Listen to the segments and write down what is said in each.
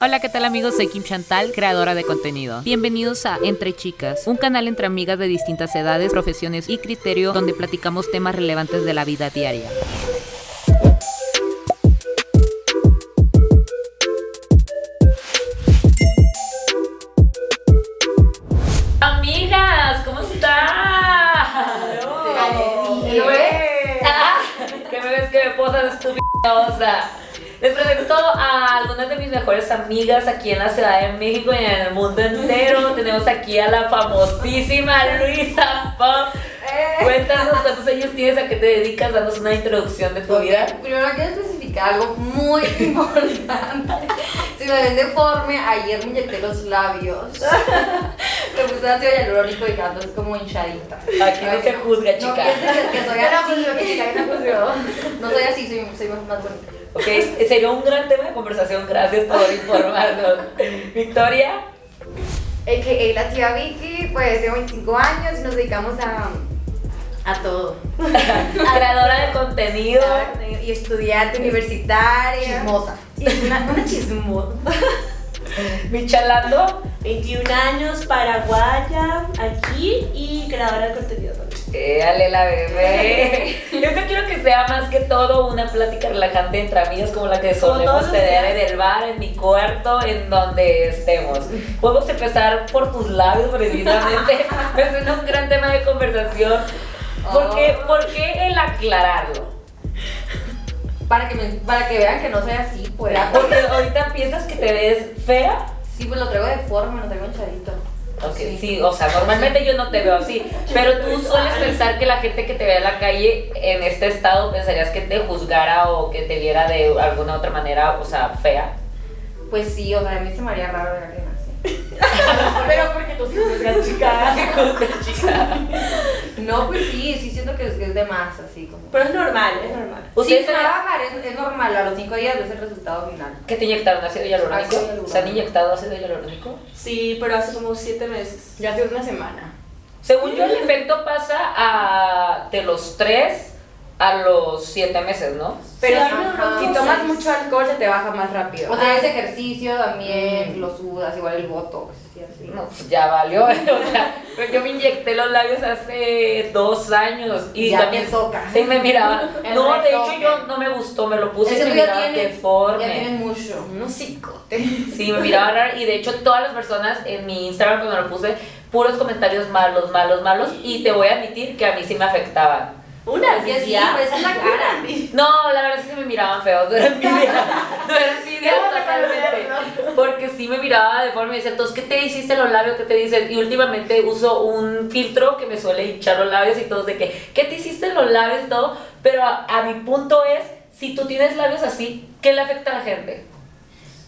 Hola, ¿qué tal amigos? Soy Kim Chantal, creadora de contenido. Bienvenidos a Entre Chicas, un canal entre amigas de distintas edades, profesiones y criterio donde platicamos temas relevantes de la vida diaria. Amigas, ¿cómo están? que me ves que me posas estúpida Les presento a algunas de mis mejores amigas aquí en la Ciudad de México y en el mundo entero. Tenemos aquí a la famosísima Luisa Pop. Cuéntanos cuántos años tienes, a qué te dedicas, danos una introducción de tu vida. Primero quiero especificar algo muy importante. Si me ven deforme, ayer me inyecté los labios. me puse ácido hialurónico y ando es como hinchadita. Aquí no se juzga, No chica. piensen que, que soy así. No soy así, soy, soy más, más bonita. Ok, sería un gran tema de conversación. Gracias por informarnos. Victoria. AKA la tía Vicky, pues tengo 25 años y nos dedicamos a, a todo. creadora de contenido. Y estudiante universitaria. Chismosa. Es una, una chismosa. Michalando. 21 años, paraguaya, aquí y creadora de contenido también. Éale la bebé. Yo que quiero que sea más que todo una plática relajante entre amigas como la que Como todos solemos los tener en días. el bar, en mi cuarto, en donde estemos. Podemos empezar por tus labios precisamente. Me suena un gran tema de conversación. ¿Por qué, Oh. por qué el aclararlo? Para que, me- para que vean que no soy así, pues. Porque ahorita piensas que te ves fea. Sí, pues lo traigo deforme, lo traigo hinchadito. Ok, sí. Sí. o sea, normalmente yo no te veo así, pero tú sueles pensar que la gente que te vea en la calle en este estado pensarías que te juzgara o que te viera de alguna otra manera, o sea, fea. Pues sí, o sea, a mí se me haría raro ver a alguien así. Pero porque tú sí juzgas, chica. No, pues sí, sí siento que es, que es de más, así como. Pero es normal, es normal. Sí, ¿Ustedes saben trabajar es, es normal, a los 5 días ves el resultado final. que te inyectaron ácido hialurónico? Ácido hialurónico. ¿Se han inyectado ácido hialurónico? Sí, pero hace como 7 meses. Ya hace una semana. Según yo, el efecto pasa a, de los 3 a los 7 meses, ¿no? Pero Sí, si- ajá. si tomas mucho alcohol se te baja más rápido. O sea, ese ejercicio también, Mm. lo sudas, igual el botox y así. No, pues ya valió, o sea, pero yo me inyecté los labios hace dos años y Ya también te toca. Sí, me miraba. El No, de hecho retoque. yo no me gustó, me lo puse y Ese me tú ya miraba tienes, deforme. Ya tienen mucho. unos cicotes. Sí, me miraba raro y de hecho todas las personas en mi Instagram cuando lo puse, puros comentarios malos, malos, malos y te voy a admitir que a mí sí me afectaban. Una Y así, ya. pues es la cara. No, la verdad es que me miraban feos, no era envidia, no era envidia Debo totalmente. Porque sí me miraba de forma y decía, entonces, ¿qué te hiciste en los labios? ¿Qué te dicen? Y últimamente uso un filtro que me suele hinchar los labios y todos de que, ¿qué te hiciste en los labios y todo? Pero a, a mi punto es, si tú tienes labios así, ¿qué le afecta a la gente?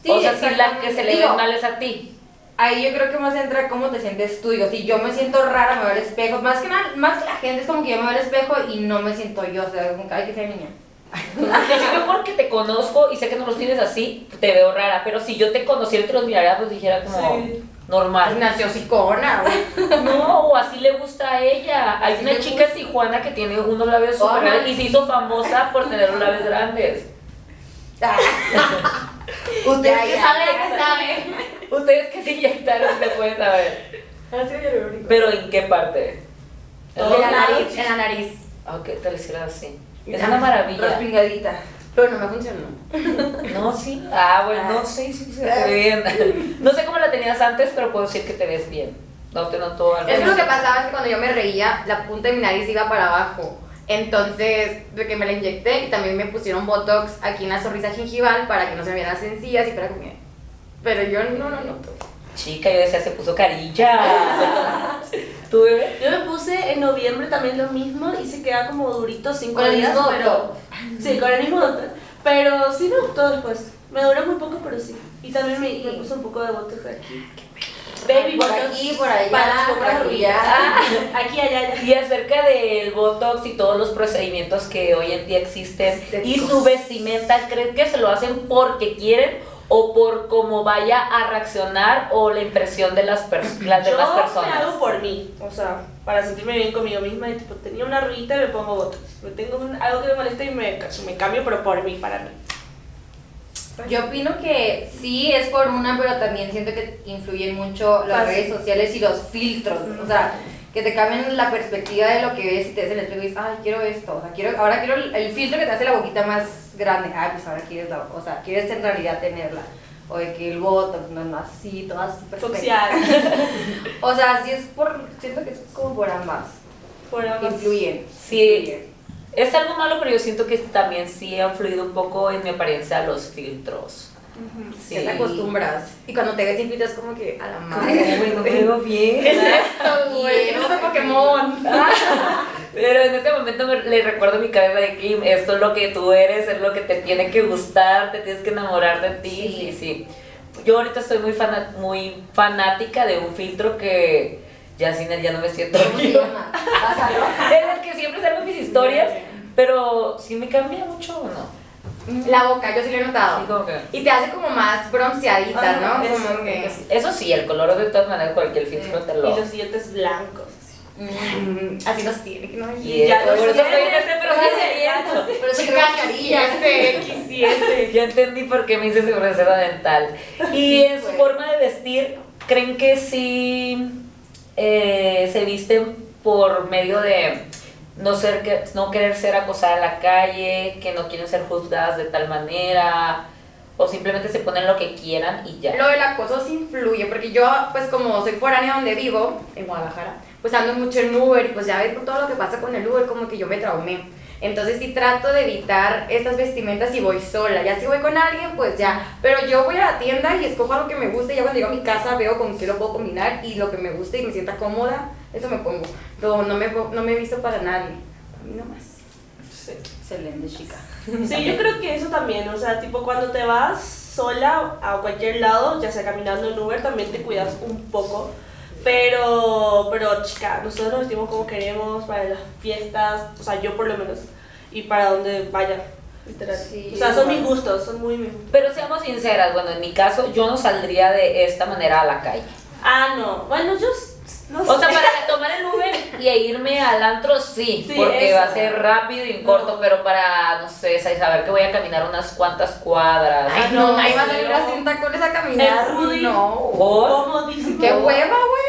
Sí, o sea, si la que se le ven Digo, mal es a ti. Ahí yo creo que más entra cómo te sientes tú. Digo, si yo me siento rara, me veo al espejo. Más que nada, más que la gente es como que yo me veo al espejo y no me siento yo. O sea, como que hay que ser niña. Yo porque te conozco y sé que no los tienes así, te veo rara. Pero si yo te conociera y te los mirara, pues dijera como Sí. normal. Nació psicona, güey. No, o así le gusta a ella. Hay Así una le chica en Tijuana que tiene unos labios Ay. super grandes y se hizo famosa por tener los labios grandes. Ustedes Ya, que ya. saben, que saben. Ustedes que se inyectaron se pueden saber. Así era lo único. Pero ¿en qué parte? Todo. En la lados, nariz. En la nariz. Aunque te lo hicieron así. Es una maravilla. Respingadita. Pero no me funcionó. No, sí. Ah, bueno, no sé si se Ah. ve bien. No sé cómo la tenías antes, pero puedo decir que te ves bien. No te noto algo. Es que lo que pasaba es que cuando yo me reía, la punta de mi nariz iba para abajo. Entonces, de que me la inyecté y también me pusieron Botox aquí en la sonrisa gingival para que no se me vieran las encías y para que... Pero yo no lo noto. Chica, yo decía, se puso carilla. ¿Tú, bebé? Yo me puse en noviembre también lo mismo y se queda como durito 5 Con el días. mismo pero, sí, con el mismo doctor. Pero sí me gustó después. Me duró muy poco, pero sí. Y también me- me, puse un poco de botox aquí. Baby Ah, Por botox. aquí, por allá, para las por pocas allá. orillas. Aquí, allá, allá. Y acerca del Botox y todos los procedimientos que hoy en día existen y Estéticos. su vestimenta, ¿creen que se lo hacen porque quieren o por cómo vaya a reaccionar o la impresión de las, pers- las Yo demás me hago personas? por mí, o sea, para sentirme bien conmigo misma. Y tipo, tenía una ruidita y me pongo botox. Me tengo un- algo que me molesta y me, ca- me cambio, pero por mí, para mí. Yo opino que sí es por una, pero también siento que influyen mucho las Fácil. redes sociales y los filtros. O sea, que te cambian la perspectiva de lo que ves y te ves en el espejo y dices, ay, quiero esto. O sea, quiero, ahora quiero el, el filtro que te hace la boquita más grande. Ay, pues ahora quieres la, o sea, quieres en realidad tenerla. O de que el botox, no, no, así, todas súper feas. Social. O sea, sí es por, siento que es como por ambas. Por ambas. Influyen. Sí. influyen. Es algo malo, pero yo siento que también sí ha influido un poco en mi apariencia los filtros. Ujú. Sí. Ya te acostumbras. Y cuando te ves invito es como que a la madre. Ay, no me veo ¿Qué es bien. esto, güey? Quiero Esto es Pokémon. Pero en este momento me- le recuerdo a mi cabeza de Kim, esto es lo que tú eres, es lo que te tiene que gustar, te tienes que enamorar de ti. Sí, Sí. sí. Yo ahorita estoy muy, fana- muy fanática de un filtro que ya sin él ya no me siento. ¿Cómo se yo. llama? Pásalo. Es el que siempre salgo en mis historias, pero sí me cambia mucho o no. La boca, yo sí lo he Sí, notado. como que- Y te hace como más bronceadita, Ah, ¿no? eso, Como que. eso. Eso sí, el color de todas maneras, cualquier filtro te lo. Y los dientes blancos. así. Mm. Mm, Así nos tiene que no Y Ya esto, los por eso estoy en tienes, este procedimiento. Pero eso creo Chica, que haría. quisiese, quisiese. Ya entendí por qué me hice cerveza dental. Y Sí, en su pues. forma de vestir, ¿creen que sí eh, se visten por medio de no ser que no querer ser acosada en la calle, que no quieren ser juzgadas de tal manera, o simplemente se ponen lo que quieran y ya? Lo del acoso sí influye, porque yo, pues como soy foránea donde vivo, en Guadalajara, pues ando mucho en Uber y pues ya ves por todo lo que pasa con el Uber, como que yo me traumé. Entonces sí trato de evitar estas vestimentas si voy sola, ya si voy con alguien, pues ya. Pero yo voy a la tienda y escojo algo que me guste, ya cuando llego a mi casa veo con qué lo puedo combinar y lo que me guste y me sienta cómoda, eso me pongo. Pero no me, no me he visto para nadie, a mí nomás. Sí. Excelente, chica. Sí, yo creo que eso también, o sea, tipo cuando te vas sola a cualquier lado, ya sea caminando en Uber, también te cuidas un poco. Pero, pero chica, nosotros nos vestimos como queremos para las fiestas, o sea, yo por lo menos, y para donde vaya, literal. Sí. o sea, son mis gustos, son muy mis gustos. Pero seamos sinceras, bueno, en mi caso yo no saldría de esta manera a la calle. Ah, no, bueno, yo s- no O sea, sé. para tomar el Uber y e irme al antro, sí, Sí, porque eso. va a ser rápido y en corto, No. pero para, no sé, sa- saber que voy a caminar unas cuantas cuadras. Ay, Ah, no, no, ahí va a sí, salir no. así en tacones a caminar. El Rudy. No. ¿Por? Comodísimo. ¡Qué hueva, güey!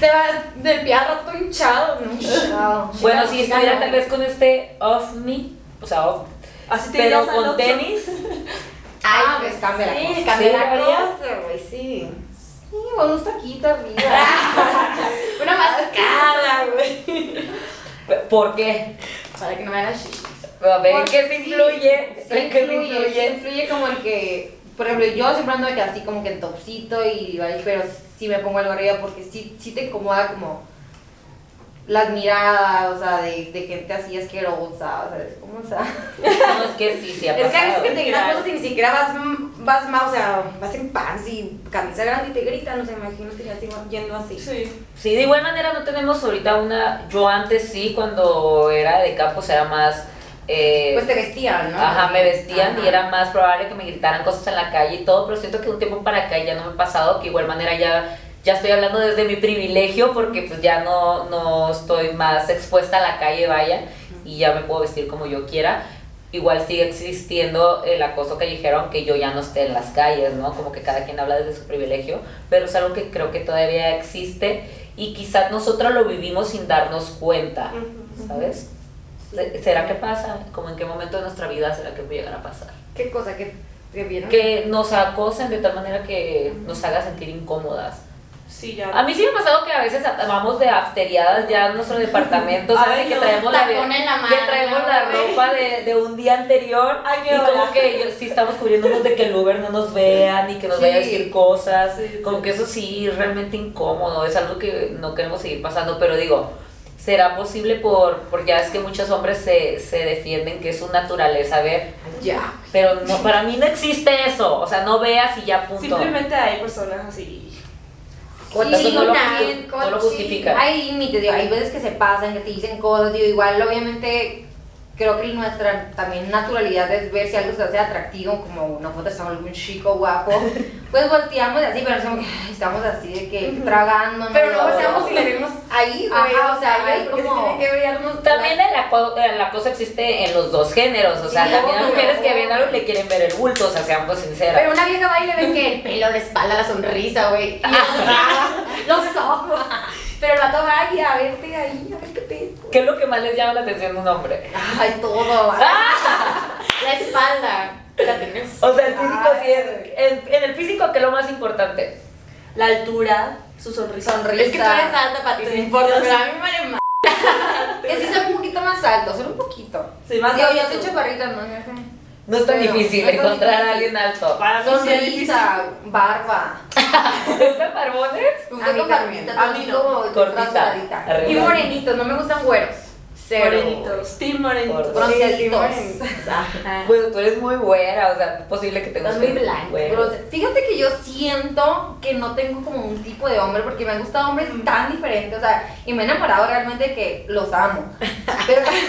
Te vas del pie al rato hinchado, ¿no? Chao. Bueno, si chica, estuviera no. tal vez con este off me, o sea, off, Así te pero irías al con Oxxo. tenis, Ay, pues cambia la cosa. sí, Cambia la haría. cosa, güey, sí. Sí, con un taquito Ah, arriba. Una mascada, güey. p- ¿por qué? Para que no me hagan shit. A ver, ¿en Porque qué se sí, influye? Sí ¿En qué se influye, sí influye como el que, por ejemplo, yo siempre ando de que así como que en topsito y ahí, pero sí me pongo algo arriba porque sí, sí te incomoda como las miradas, o sea, de, de gente así asquerosa, o sea, es como, o sea, No, es que sí, sí ha Es que a veces pasado. que te gritan cosas y ni siquiera vas, vas más, o sea, vas en pants y camisa grande y te gritan, o sea, imagino que ya te iba yendo así. Sí. Sí, de igual manera no tenemos ahorita una, yo antes sí, cuando era de campos era más... eh, Pues te vestían, ¿no? Ajá, me vestían Ajá. y era más probable que me gritaran cosas en la calle y todo, pero siento que de un tiempo para acá ya no me ha pasado, que igual manera ya, ya estoy hablando desde mi privilegio porque pues ya no, no estoy más expuesta a la calle, vaya, y ya me puedo vestir como yo quiera. Igual sigue existiendo el acoso callejero aunque yo ya no esté en las calles, ¿no? Como que cada quien habla desde su privilegio, pero es algo que creo que todavía existe y quizás nosotras lo vivimos sin darnos cuenta. Ujú. ¿Sabes? Se- ¿Será que pasa? ¿Como en qué momento de nuestra vida será que puede llegar a pasar? ¿Qué cosa? ¿Qué, qué vieron? Que nos acosen de tal manera que nos haga sentir incómodas. Sí, ya. A mí sí me ha pasado que a veces a- vamos de afteriadas ya a nuestro departamento, Ay, ¿sabes? Y que no, traemos la, tacón en la que mano, traemos la güey. ropa de, de un día anterior Ay, qué y como hora. que yo- sí estamos cubriéndonos de que el Uber no nos vea ni que nos vaya a Sí. decir cosas. Sí, como sí. que eso sí es realmente incómodo, es algo que no queremos seguir pasando, pero digo, ¿será posible por, por ya es que muchos hombres se, se defienden que es su naturaleza ver? Ya. Pero no, para mí no existe eso, o sea, no veas y ya punto. Simplemente hay personas así. Entonces, no lo cochina, justi- no lo cochi- justifica. Hay límites, digo, hay veces que se pasan, que te dicen cosas, digo, igual obviamente creo que nuestra también naturalidad es ver si algo se hace atractivo, como una foto de algún chico guapo, pues volteamos y así, pero no somos que, ay, estamos así de que tragando. Pero no volteamos y le vemos ahí, güey. Ajá, o sea, ahí ahí porque como- tiene que vernos. También el acoso, el acoso existe en los dos géneros, o sea, Sí, también hay obvio. mujeres que ven algo y le quieren ver el bulto, o sea, seamos sinceras. Pero una vieja va y le ven que el pelo, la espalda, la sonrisa, güey. Y Los ojos. Pero el vato va y a verte ahí, ay, qué pedo. ¿Qué es lo que más les llama la atención de un hombre? ¡Ah! Ay, todo. La espalda. La tienes. O sea, el físico Ay. sí es- En, en el físico, ¿qué es lo más importante? La altura, su sonrisa. Sonrisa. Es que tú eres alta, Pati, no Sí, importa, yo pero sí. a mí me vale más. Es que soy un poquito más alto, solo un poquito. Sí, más Digo, alto yo soy tú. chaparrita, no me hace. No es tan Pero, difícil no es tan encontrar a difícil. alguien alto. Para mí sí es difícil. Sonrisa, barba. ¿Te gustan barbones? Me A gusta mí con también. barbita, A mí así no. como Cortita. raspadita. Arre- Y morenitos, no me gustan güeros. Cero. Morenitos, team morenitos. Por- Bronceaditos. Ajá. Bueno, Pues, tú eres muy buena, o sea, es posible que te Estás guste. muy blanca, güey. Bronce- Fíjate que yo siento que no tengo como un tipo de hombre porque me han gustado hombres Mm. tan diferentes, o sea, y me he enamorado realmente que los amo. Pero,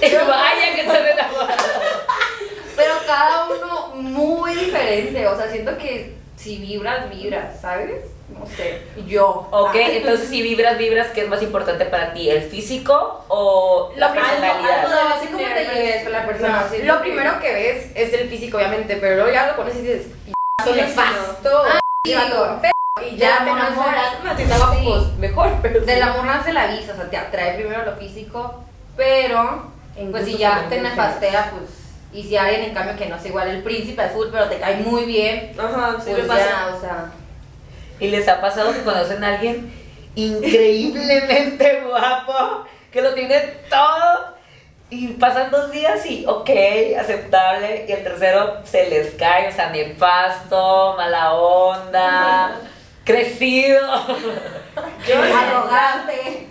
Y Vaya que estás enamorada. pero cada uno muy diferente, o sea, siento que si vibras, vibras, ¿sabes? No sé, yo. Ok, entonces si vibras, vibras, ¿qué es más importante para ti? ¿El físico o la Lo primero, personalidad? No, así como te lleves con la persona. así Lo que- primero que ves es el físico, obviamente, pero luego ya lo conoces y dices, p***o Sí, nefasto, Ah, sí, vato, p- y ya Ya, te no, no, enamoras, no. más te estaba Sí. pues mejor, pero De la morra se la avisa, o sea, te atrae primero lo físico, pero En pues si gustos ya también te diferentes. nefastea, pues, y si alguien en cambio que no es igual el príncipe azul, pero te cae muy bien, Ajá, sí pues ya, me pasa. o sea, ¿Y les ha pasado que conocen a alguien increíblemente guapo, que lo tiene todo? Y pasan dos días y, ok, aceptable. Y el tercero se les cae, o sea, nefasto, mala onda, crecido. arrogante.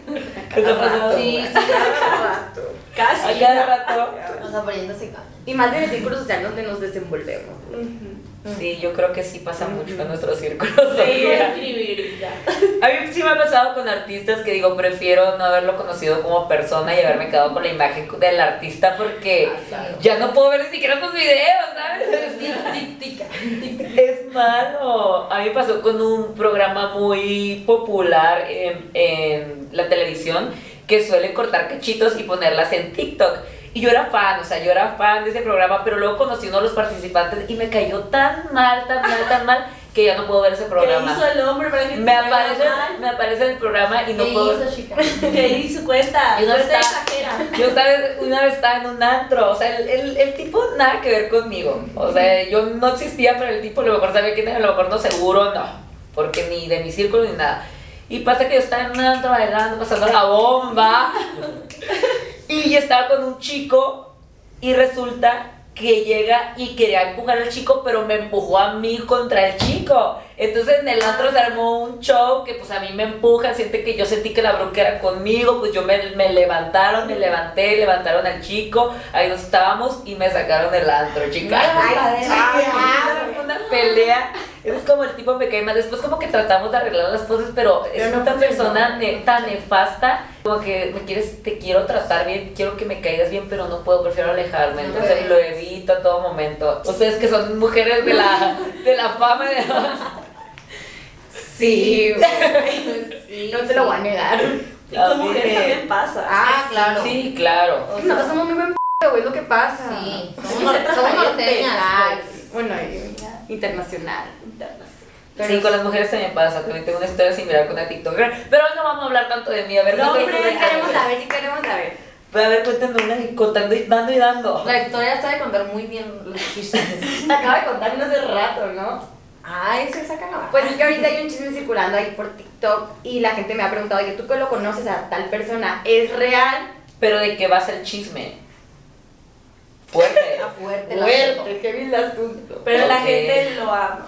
¿Qué te ha pasado? Sí, sí, A Casi. cada rato. o sea, poniéndose caña. Y más en el círculo social donde nos desenvolvemos. Ujú. Sí, yo creo que sí pasa mucho en nuestros círculos. Sí, voy a social. escribir ya. A mí sí me ha pasado con artistas que digo, prefiero no haberlo conocido como persona y haberme quedado con la imagen del artista porque Ah, ya no puedo ver ni siquiera sus videos, ¿sabes? Tic, tic, tic. Es malo. A mí pasó con un programa muy popular en, en la televisión que suele cortar cachitos y ponerlas en TikTok. Y yo era fan, o sea, yo era fan de ese programa, pero luego conocí uno de los participantes y me cayó tan mal, tan mal, tan mal, que ya no puedo ver ese ¿Qué programa. hizo el hombre para que te Me caiga aparece, mal? me aparece el programa y no ¿Qué puedo. hizo, chica? ¿Qué hizo? Cuenta. Y no te está. Ah, exagera. Yo una vez, una vez estaba en un antro, o sea, el, el- el tipo nada que ver conmigo. O sea, yo no existía, pero el tipo a lo mejor sabía quién era, a lo mejor no seguro, no. Porque ni de mi círculo ni nada. Y pasa que yo estaba en un antro bailando, pasando la bomba. y yo estaba con un chico y resulta que llega y quería empujar al chico, pero me empujó a mí contra el chico. Entonces en el antro se armó un show que pues a mí me empujan, siente que yo sentí que la bronca era conmigo, pues yo me, me levantaron, me levanté, levantaron al chico, ahí nos estábamos y me sacaron del antro, chicas. Ay, Ay, ay, una una pelea. Es como el tipo me cae mal. Después como que tratamos de arreglar las cosas, pero es Pero no una funcionó. persona ne- tan nefasta como que me quieres, te quiero tratar bien, quiero que me caigas bien, pero no puedo, prefiero alejarme. Entonces Ok. lo evito a todo momento. Ustedes que son mujeres de la, de la fama de Sí, Sí, no te lo sí. voy a negar. Y con mujeres también pasa. Ah, claro. Sí, claro. Es que nosotros somos muy buen p, güey, es lo que pasa. Sí, Somos somos- nosotras somos valientes. norteñas, Ay, pues. Bueno, y- internacional. Pero Sí, con las mujeres también pasa. También tengo una historia similar con una TikToker. Pero hoy no vamos a hablar tanto de mí. A ver, No, cuéntame hombre, una. queremos saber, sí queremos saber. Pero a ver, cuéntame una y contando y dando y dando. La historia sabe contar muy bien los chistes. Acaba de contarnos hace rato, ¿no? Ah, ese saca la Pues es que ahorita hay un chisme circulando ahí por TikTok y la gente me ha preguntado, oye, ¿tú que lo conoces a tal persona? ¿Es real? Pero de qué va a ser chisme. Fuerte. Está fuerte la foto. Fuerte, qué bien el asunto. Pero la Ok. gente lo ama.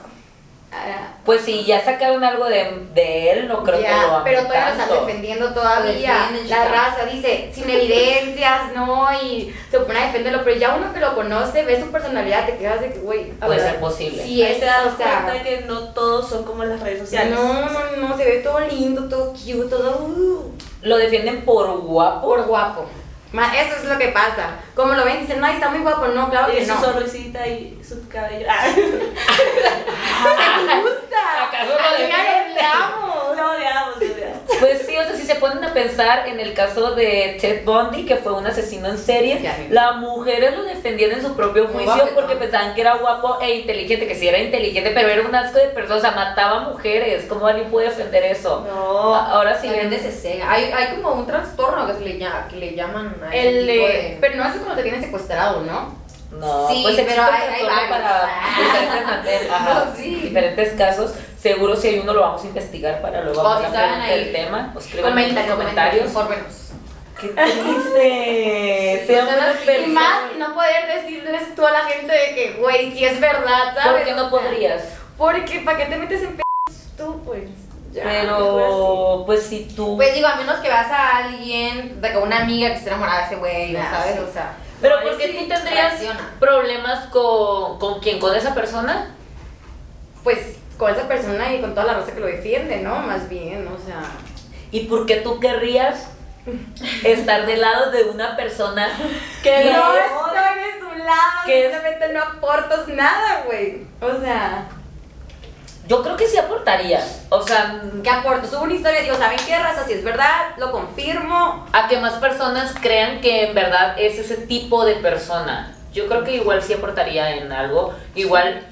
Ah, Pues si ya sacaron algo de, de él, no creo ya, que lo amen pero todavía lo tanto. están defendiendo todavía. Lo defienden, La chica. raza dice, sin evidencias, no, y se pone a defenderlo, pero ya uno que lo conoce, ve su personalidad, te quedas de que, güey, a Puede ver, ser posible. Sí, Ahí es, te das o sea, cuenta que no todos son como en las redes sociales. no, no, no, se ve todo lindo, todo cute, todo uh, Lo defienden por guapo. por guapo. Ma, eso es lo que pasa. Como lo ven, dicen, ay, está muy guapo. No, claro que Y su no. Ah, sonrisita y su cabello. Ah. ¡Me gusta! ¿Acaso lo Amiga, defiende? te amo. Lo odiamos, lo odiamos. Pues sí, o sea, si se ponen a pensar en el caso de Ted Bundy, que fue un asesino en serie, Ya, bien. las mujeres lo defendían en su propio Muy juicio guapetón. porque pensaban que era guapo e inteligente, que sí era inteligente, pero era un asco de persona, o sea, mataba mujeres. ¿Cómo alguien puede defender eso? No. Ahora sí, La gente se cega. Hay, hay como un trastorno que, se le, lla- que le llaman a ese El, tipo eh, de- Pero no es cuando te tienen secuestrado, ¿no? No, Sí, pues existe pero un hay- hay trastorno varios. para diferentes, materias, ajá, No, sí. diferentes casos. Seguro si hay uno lo vamos a investigar para luego O si hablar saben ahí, del tema. Os escriban en los Comenta, comentarios. Infórmenos. ¡Qué triste! Sean buenas Y más, personas. no poder decirles tú a la gente de que, güey, si es verdad, ¿sabes? ¿Por qué no O sea, podrías? Porque, ¿para qué te metes en p tú, pues? Ya. Pero, pues si tú. Pues digo, a menos que vas a alguien, de que una amiga que esté enamorada de ese güey, o Ah, ¿sabes? sí. O sea, Pero, Ay, ¿por qué sí, tú tendrías reacciona. problemas con, con quién? ¿Con esa persona? Pues con esa persona y con toda la raza que lo defiende, ¿no? Más bien, o sea. ¿Y por qué tú querrías estar del lado de una persona Que no lo odia. estoy de su lado, ¿Qué es? simplemente no aportas nada, güey. O sea, Yo creo que sí aportarías. O sea, ¿qué aporto? Subo una historia y digo, ¿saben qué raza? Si es verdad, lo confirmo. a que más personas crean que en verdad es ese tipo de persona. Yo creo que igual sí aportaría en algo. Igual,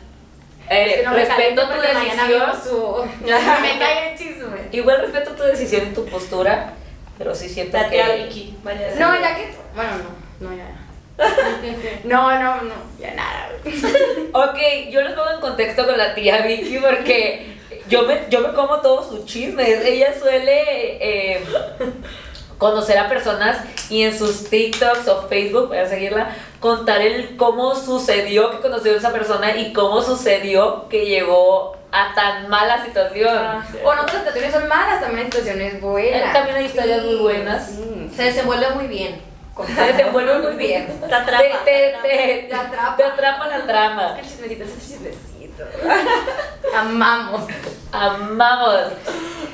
eh, Es que no me respeto caliento tu porque mañana decisión. vivo su- me cae el chisme. Igual respeto tu decisión y tu postura. Pero sí siento Date a que. Vicky, María. No, ya que. Bueno, no, no, ya. No, no, no, ya nada, güey. Ok, yo los pongo en contexto con la tía Vicky porque yo me, yo me como todos sus chismes. Ella suele eh, conocer a personas y en sus TikToks o Facebook, voy a seguirla, contar el cómo sucedió que conoció a esa persona y cómo sucedió que llegó a tan mala situación. Ah, sí. O no todas las situaciones son malas, también hay situaciones buenas. También hay historias muy buenas. sí. se desenvuelve muy bien. Con- Se desenvuelve muy bien. Te atrapa, Te, te te- te atrapa. atrapa. te atrapa la trama. El chismecito es el chismecito. Amamos. Amamos.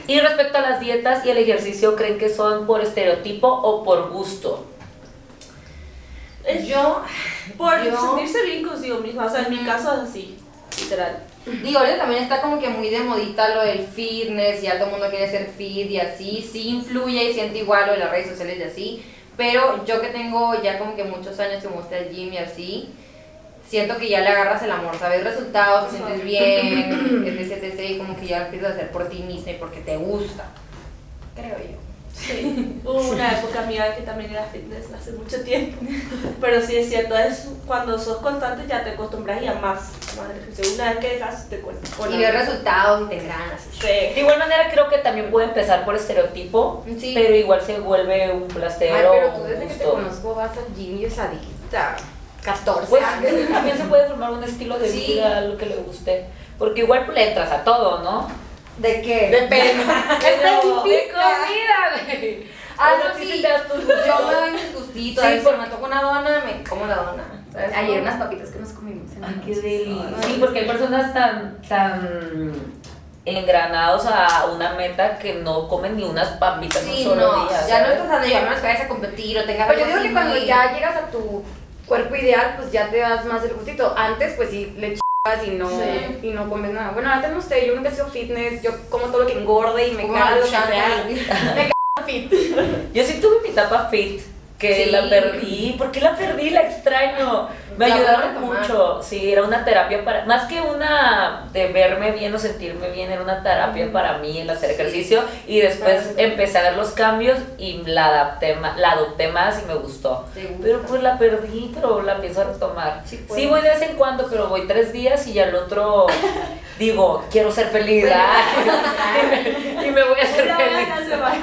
Y respecto a las dietas y el ejercicio, ¿creen que son por estereotipo o por gusto? Es Yo, por yo- sentirse bien consigo misma. O sea, en mi caso es así, literal. digo, ahorita también está como que muy de modita lo del fitness, ya todo el mundo quiere ser fit y así, sí influye y siente igual lo de las redes sociales y así, pero yo que tengo ya como que muchos años que me gusta el gym y así, siento que ya le agarras el amor, sabes resultados, te Ajá. sientes bien, etc, etc, y como que ya lo empiezas a hacer por ti misma y porque te gusta, creo yo. Sí. Hubo una época mía que también era fitness hace mucho tiempo. Pero sí es cierto, es cuando sos constante ya te acostumbras y a más. más ejercicio. Una vez que dejas, te cuesta. Y ves resultados y te engranas. De Sí. igual manera, creo que también puede empezar por estereotipo, Sí. pero igual se vuelve un placer Ay, o pero tú un desde que te gusto. conozco vas al gym y es adicta. 14 Pues años. también se puede formar un estilo de Sí. vida, lo que le guste. Porque igual pues, le entras a todo, ¿no? ¿De qué? Depende. de Especifica. comida, güey. Ah, O sea, no, sí sí. te das tus gustos. Yo me doy mis gustitos. Sí, a veces por- me toco una dona, me como la dona. ¿sabes? Ayer unas papitas que nos comimos. en la Ay, qué noche. delicia. Ay, Sí, porque hay personas tan, tan engranados a una meta que no comen ni unas papitas en Sí, un solo no. día. ya no ¿sabes? estás dando llamadas que vayas a competir o tengas Pero yo algo digo así que cuando muy- ya llegas a tu cuerpo ideal, pues ya te das más el gustito. Antes, pues sí, le chivas y no, Sí. y no comes nada. Bueno, antes no sé, yo nunca he sido fitness, yo como todo lo que engorde y me como cago lo que Maruchan, sea. ahí. Yo sí tuve mi etapa fit, que Sí. la perdí. ¿Por qué la perdí? La extraño. Me La ayudaron voy a retomar. mucho. Sí, era una terapia para. Más que una de verme bien o sentirme bien, era una terapia para mí el hacer ejercicio. Y después empecé a ver los cambios y la, adapté, ma- la adopté más y me gustó. Te gusta. Pero pues la perdí, pero la pienso retomar. Sí, Sí, pues. voy de vez en cuando, pero voy tres días y ya el otro digo, quiero ser feliz. ah, y, me, y me voy a hacer Una vez feliz. a la semana.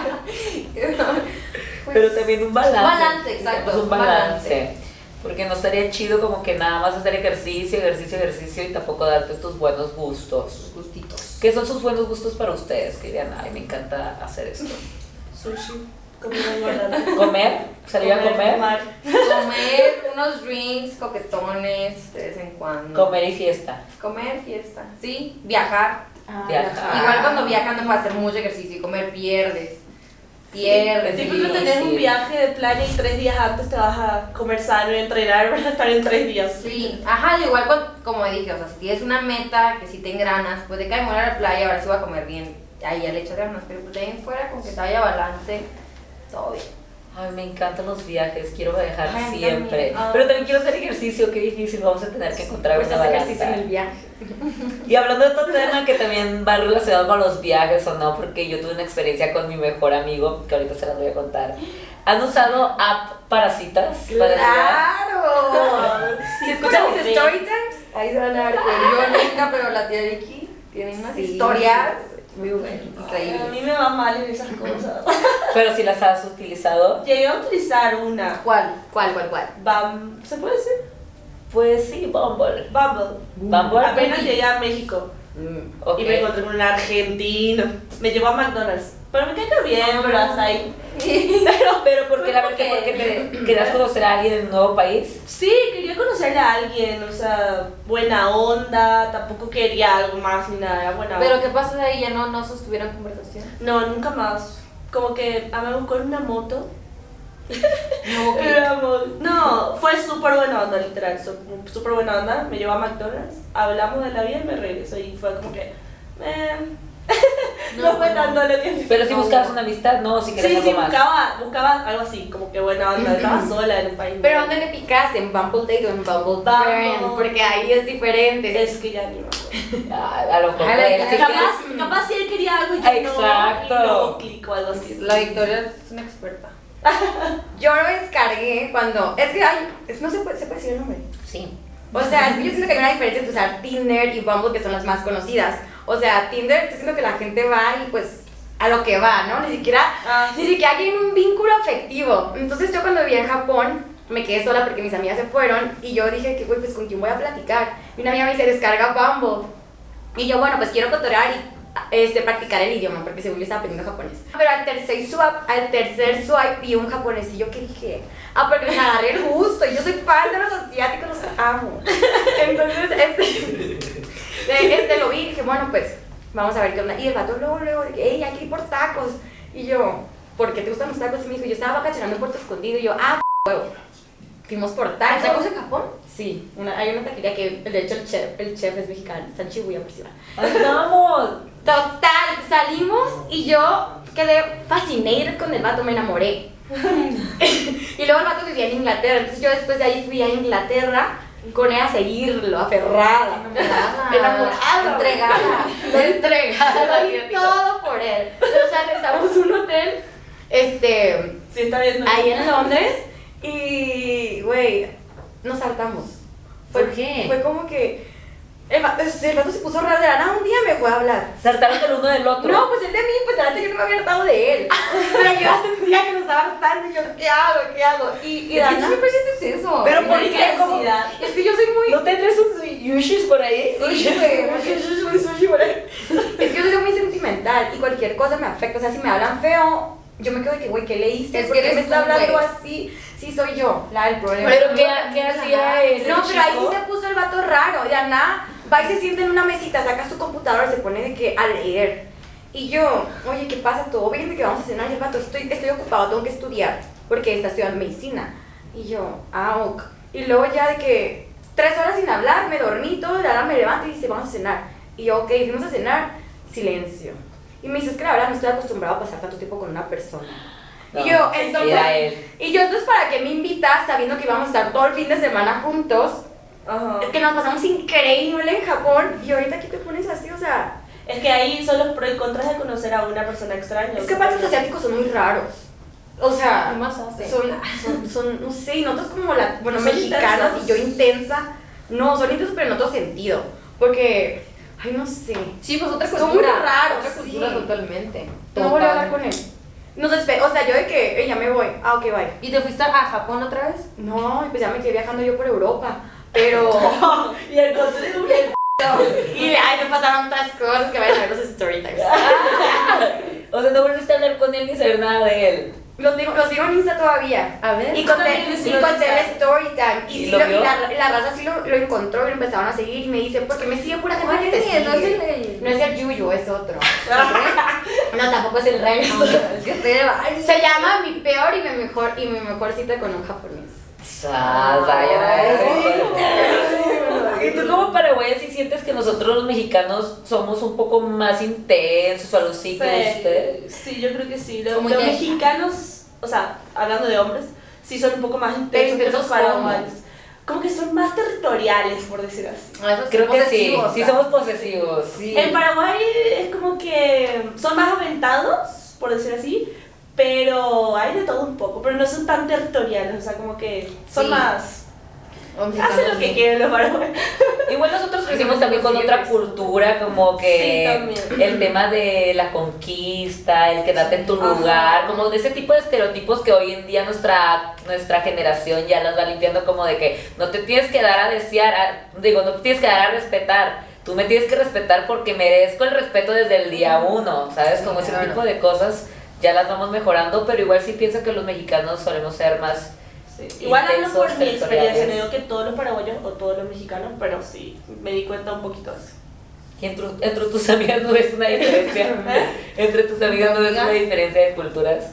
Pero también un balance. Pues, Un balance, exacto, Pues un un balance. balance. Porque no estaría chido como que nada más hacer ejercicio, ejercicio, ejercicio y tampoco darte tus buenos gustos. Gustitos. ¿Qué son sus buenos gustos para ustedes? Que dirían, ay, me encanta hacer esto. Sushi, comida engordante. ¿Comer? ¿Salir a comer? fumar. Comer unos drinks, coquetones de vez en cuando. Comer y fiesta. Comer, fiesta. Sí, viajar. Ah, Viajar. ajá. Igual cuando viajas no puedes hacer mucho ejercicio y comer pierdes. pierdes. Siempre cuando pues, tenés un viaje de plan y tres días antes te vas a comer sano y entrenar para estar en tres días. Sí, ajá, yo igual con- como dije, o sea, si tienes una meta que si te engranas, pues de que morir a la playa, ahora sí voy a comer bien. Ahí ya le echas ganas, pero pues de ahí en fuera, con que te haya balance, todo bien. Ay, me encantan los viajes, quiero viajar Ay, a mí siempre. también. Ah. Pero también quiero hacer ejercicio, qué difícil, vamos a tener que encontrar Pues una hace balanza. ejercicio en el viaje. Y hablando de otro tema que también va relacionado con los viajes o no, porque yo tuve una experiencia con mi mejor amigo, que ahorita se las voy a contar. ¿Han usado app para citas? Para ligar? ¡Claro! si escuchas mis sí. story times, Ahí se van a dar cuenta. Yo nunca, pero la tía Vicky tiene unas Sí. historias muy bueno. A increíbles. mí me va mal en esas cosas. Pero si las has utilizado, Llegué a utilizar una. ¿Cuál? ¿Cuál, cuál, cuál? Bam, ¿Se puede decir? pues sí, Bumble. Bumble. Bumble. Apenas llegué a México Ok. y me encontré con un argentino. Me llevó a McDonald's. Pero me cayó bien, pero hasta ahí. Pero, pero Porque la verdad que porque te querías conocer a alguien en un nuevo país. Sí, quería conocerle a alguien, o sea, buena onda, tampoco quería algo más ni nada, era buena Pero onda. ¿qué pasa de ahí? ¿Ya no, no sostuvieron conversación? No, nunca más. Como que a me buscó en una moto. No hubo clic. Era mo- No, fue súper buena onda, literal, su- súper buena onda. Me llevó a McDonald's, hablamos de la vida y me regresó y fue como que... eh, no, No, fue no. tanto lo que... Pero si buscabas una amistad, no, si querías Sí, sí, algo más. buscaba, buscaba algo así, como que buena onda, estaba sola en un país. Pero nuevo. ¿dónde le picas? ¿En Bumble Date o en Bumble Bumble. Friend? Porque ahí es diferente. Es que ya ni me acuerdo. Ah, a lo mejor. A la bueno, que si Capaz, quieres- capaz si él quería algo y yo Exacto. no, y no clic o algo así. La Victoria es una experta. Yo lo descargué cuando... Es que hay... es- No se puede, se puede decir el nombre. Sí. O sea, es que yo siento que hay una diferencia entre usar Tinder y Bumble, que son las más conocidas. O sea, Tinder, yo siento que la gente va y pues a lo que va, ¿no? Ni siquiera, Ah, ni siquiera hay un vínculo afectivo. Entonces yo cuando vivía en Japón, me quedé sola porque mis amigas se fueron y yo dije que, güey, pues con quién voy a platicar. Y una amiga me dice, descarga Bumble. Y yo, bueno, pues quiero cotorear y este, practicar el idioma, porque según yo estaba aprendiendo japonés. Pero al tercer swipe, al tercer swipe vi un japonesillo que dije, ah, porque les agarré el gusto, y yo soy fan de los asiáticos, los amo. Entonces, este, eh, este lo vi y dije, bueno, pues, vamos a ver qué onda. Y el vato luego, luego, de que, hey, aquí por tacos. Y yo, ¿por qué te gustan los tacos? Y me dijo, yo estaba vacacionando en Puerto Escondido, y yo, ah, huevo. Fuimos por tacos. ¿Tacos en Japón? Sí, una, hay una taquería que, de hecho, el chef, el chef es mexicano, está en Chibuya, por si va. ¡Vamos! Total, salimos y yo quedé fascinada con el vato, me enamoré. y luego el vato vivía en Inglaterra, entonces yo después de ahí fui a Inglaterra con él a seguirlo, aferrada. Enamorada. Entregada. Lo entregada, lo di todo por él. O sea, rentamos un hotel, este, sí, está viendo. ahí en Londres y, güey, nos saltamos. Fue- ¿Por qué? Fue como que el vato, el vato se puso raro de la nada, un día me fue a hablar. Saltaron del uno del otro. No, pues el de mí, pues la neta yo no me había hartado de él. Pero yo ya sentía que nos estaba hartando y yo, ¿qué hago? ¿Qué hago? Y, y ¿Y de tú la nada- siempre sientes eso? Pero por Una qué? ¿Cómo? intensidad. Es que yo soy muy. ¿No tendrás un yushis por ahí? Sí, güey. Es que yo soy muy sentimental y cualquier cosa me afecta. O sea, si me hablan feo, yo me quedo de que, güey, ¿qué le hice? Es ¿Por que qué me eres está tú, hablando güey. así? Sí, soy yo, la del problema. Pero ¿qué, qué hacía ese No, pero ahí sí chico? se puso el vato raro. Ya nada, va y se sienta en una mesita, saca su computadora y se pone de que a leer. Y yo, oye, ¿qué pasa? Todo bien, de que vamos a cenar. Y el vato, estoy, estoy ocupado, tengo que estudiar porque está estudiando medicina. Y yo, ah, ok. Y luego ya de que tres horas sin hablar, me dormí y todo, y ahora me levanto y dice, vamos a cenar. Y yo, ok, fuimos a cenar, silencio. Y me dice, es que la verdad no estoy acostumbrado a pasar tanto tiempo con una persona. No, y yo, entonces, era él. y yo, entonces, ¿para qué me invitas sabiendo que íbamos a estar todo el fin de semana juntos? Ajá. Es que nos pasamos increíble en Japón y ahorita aquí te pones así, o sea, Es que ahí son los pros y contras de conocer a una persona extraña. es que aparte los asiáticos son muy raros. O sea, ¿Qué más hace? son, son, son, no sé, y nosotros como la, bueno, Son mexicanos intensos. y yo intensa, no, son intensos pero en otro sentido, porque, ay, no sé, Sí, pues otra Son cultura. muy raros, Otra sí. cultura totalmente. no voy a hablar con él. Nos despe o sea, yo de que, "Ey, ya me voy, ah, ok, bye. ¿Y te fuiste a Japón otra vez? No, y pues ya me quedé viajando yo por Europa, pero... Y encontré un... y, ay, me pasaron otras cosas que vayan a ver los story times. O sea, no volviste a hablar con él ni saber nada de él. Los digo, los digo en Insta todavía. A ver. Y Yo conté, también les y iba a conté el avisar. story time. Y, ¿Y sí lo lo- y vio? la, la raza sí lo, lo encontró y lo empezaron a seguir. Y me dice, ¿por qué me sigue pura gente que te Oye, no es sigue?". el- No es el Yuyo, es otro. No, tampoco es el rey. Es que estoy de varios. Se llama mi peor y mi mejor y mi mejor cita con un japonés. Ah, vaya, vaya. Y tú como paraguaya si sientes que nosotros los mexicanos somos un poco más intensos o algo así que ustedes. Sí, sí, yo creo que sí. Los, Como los ya- mexicanos, o sea, hablando de hombres, sí son un poco más Pero intensos que intensos los paraguayos. Como que son más territoriales, por decir así. No, esos Creo que sí, posesivos, sí ¿sabes? somos posesivos. Sí. En Paraguay es como que son más aventados, por decir así, pero hay de todo un poco, pero no son tan territoriales, o sea, como que son Sí. más... O sea, Hacen lo que quieren los paraguayos. Igual nosotros crecimos también con otra cultura, como que Sí, también. el tema de la conquista, el quedarte en tu Ajá. lugar, como de ese tipo de estereotipos que hoy en día nuestra, nuestra generación ya nos va limpiando como de que no te tienes que dar a desear, a- digo, no te tienes que dar a respetar. Tú me tienes que respetar porque merezco el respeto desde el día uno, ¿sabes? Como ese Claro. tipo de cosas ya las vamos mejorando, pero igual sí pienso que los mexicanos solemos ser más... Igual hablo por Intensos, mi experiencia, no territoriales. digo que todos los paraguayos o todos los mexicanos, pero sí, me di cuenta un poquito de eso. Y entre, entre tus amigas no ves una diferencia. ¿Eh? Entre tus amigas no ves una diferencia de culturas.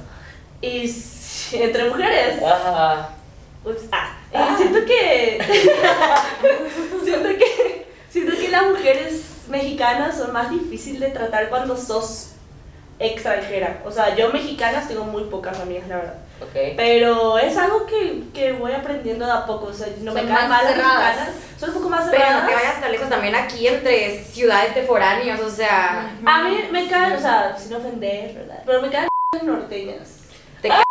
Y s- entre mujeres. Ah. Ajá. Ups, ah. Y siento que. siento que. Siento que las mujeres mexicanas son más difíciles de tratar cuando sos extranjera. O sea, yo mexicanas tengo muy pocas amigas, la verdad. Ok. Pero es algo que, que voy aprendiendo de a poco. O sea, no me Son caen más mal las cerradas. mexicanas. Son un poco más Pero no cerradas. te vayas tan lejos también aquí entre ciudades de foráneos, o sea. a mí me caen, o sea, sin ofender, ¿verdad? Pero me caen las norteñas. Te caen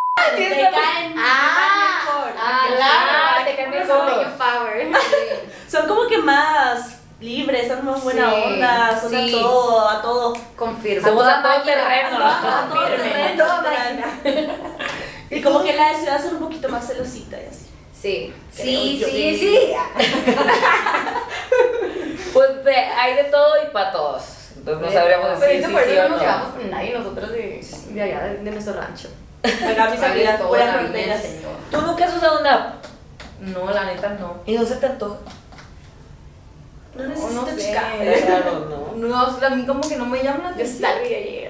ah, ah, claro, te caen mejor. Norteño Power. Son como que más libres, son más buena Sí, onda, son sí. a todo, a todo. Confirmo. Somos a todo A terreno. todo Firme. terreno, Todo literal. Y como que la de ciudad son un poquito más celosita y así. Sí. Sí, Creo sí, yo. sí. Pues de- hay de todo y para todos. Entonces no sabríamos Pero decir eso si por sí eso o no nos no. llevamos con nadie nosotros de, de allá, de, de nuestro rancho. Acá mis amigas, Todo puras también, fronteras. señor. Tú nunca has usado una app No, la neta no. y no se te antoja. No No, necesito no sé. chica. Claro, no. No, a mí como que no me llama la Yo atención. salgo y ya llego.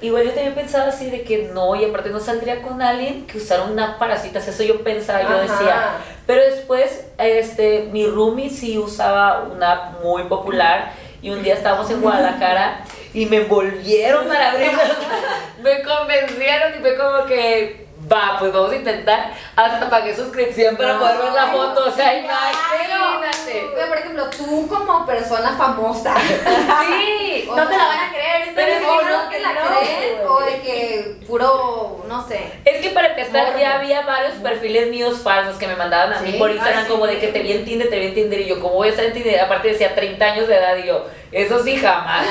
Igual yo también pensaba así de que no, y aparte no saldría con alguien que usara una app para citas. Eso yo pensaba, yo decía. Ajá. Pero después, este, mi roomie sí usaba una app muy popular y un día estábamos en Guadalajara y me envolvieron para abrirla. me convencieron y fue como que, va, pues vamos a intentar. Hasta pagué suscripción para poder ver la foto, o sea, imagínate. Pero, por ejemplo, tú como persona famosa. Sí. No te la van a creer, esta Pero oh, es o mi no te la no. creen, o de que puro, no sé. Es que para empezar Morbo. ya había varios perfiles míos falsos que me mandaban a mí Sí. por Instagram Ah, sí. como de que te vi en Tinder, te vi en Tinder y yo como voy a estar en Tinder, aparte decía 30 años de edad y yo, eso sí jamás.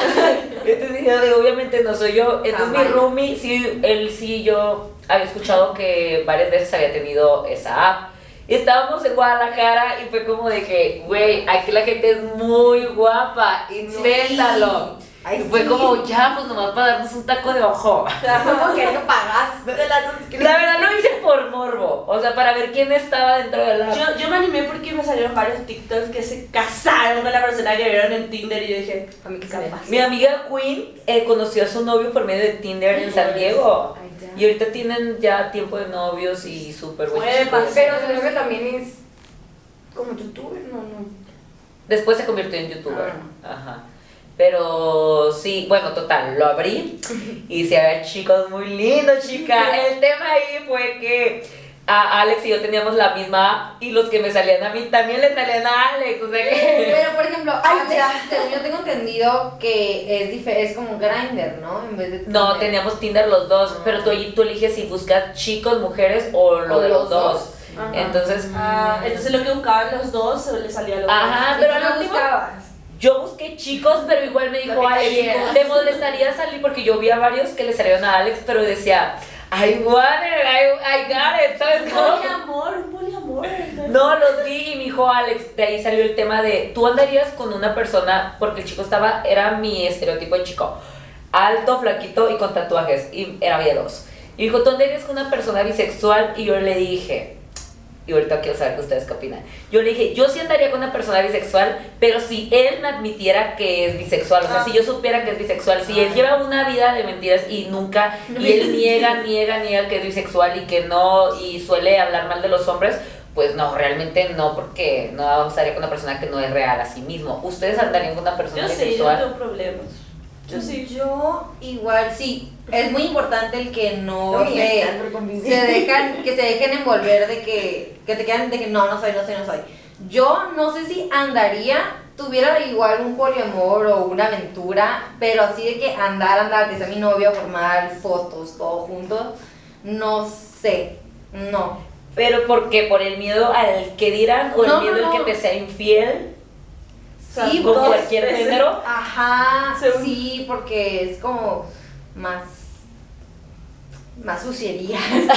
Entonces yo digo, obviamente no soy yo. Entonces mi Jamás. roomie, sí, él sí, yo había escuchado que varias veces había tenido esa app. Y estábamos en Guadalajara y fue como de que, güey, aquí la gente es muy guapa, inténtalo. Ay, Y fue sí. como, ya, pues nomás para darnos un taco de ojo. ¿Cómo que no pagaste la suscripción? La verdad lo hice por morbo, o sea, para ver quién estaba dentro de la... Yo, yo me animé porque me salieron varios TikToks que se casaron con la persona que vieron en Tinder y yo dije, A mí que capaz. Mi amiga Queen eh, conoció a su novio por medio de Tinder en San Diego. Ay, ya. Y ahorita tienen ya tiempo de novios y súper buen Puede chico. pasar. Pero creo que también es como youtuber, no, no. Después se convirtió en youtuber. Ah. Ajá. Pero sí, bueno, total, lo abrí y se había chicos muy lindos, chica. El tema ahí fue que a Alex y yo teníamos la misma y los que me salían a mí también le salían a Alex. O sea que... Pero por ejemplo, Ay, Alex, ya. según yo tengo entendido que es, dife- es como un grinder, ¿no? En vez de No, Tinder. teníamos Tinder los dos, pero tú, tú eliges si buscas chicos, mujeres o lo O de los los dos. dos. Ajá. Entonces, ah, entonces lo que buscaban los dos le salía a los Ajá. Ah, ¿Y pero tú al no último- buscabas? yo busqué chicos, pero igual me Lo dijo que Alex, cayeras". ¿te molestaría salir? Porque yo vi a varios que le salieron a Alex, pero decía, I want it, I, I got it, ¿sabes dos. cómo? Poliamor, un poliamor. entonces. No, los vi y me dijo Alex, de ahí salió el tema de, tú andarías con una persona, porque el chico estaba, era mi estereotipo de chico, alto, flaquito y con tatuajes, y era miedoso. Y dijo, tú andarías con una persona bisexual y yo le dije, Y ahorita quiero saber qué ustedes qué opinan. Yo le dije, yo sí andaría con una persona bisexual, pero si él me admitiera que es bisexual, o sea, Ah. si yo supiera que es bisexual, si él Ah. lleva una vida de mentiras y nunca, y él niega, niega, niega que es bisexual y que no, y suele hablar mal de los hombres, pues no, realmente no, porque no avanzaría con una persona que no es real a sí mismo. ¿Ustedes andarían con una persona Yo sí, yo no bisexual? tengo problemas. Yo sí. Yo igual, sí. Es muy importante el que no Uy, se, estás por convivir. se dejan, que se dejen envolver de que, que te quedan de que no, no soy, no soy, no soy. Yo no sé si andaría, tuviera igual un poliamor o una aventura, pero así de que andar, andar, que sea mi novio, formar fotos, todo juntos, no sé, no. Pero porque por el miedo al que dirán o el No, miedo no, al no. que te sea infiel Sí, con Dos cualquier género. Ajá, Según- sí, porque es como más, más suciería.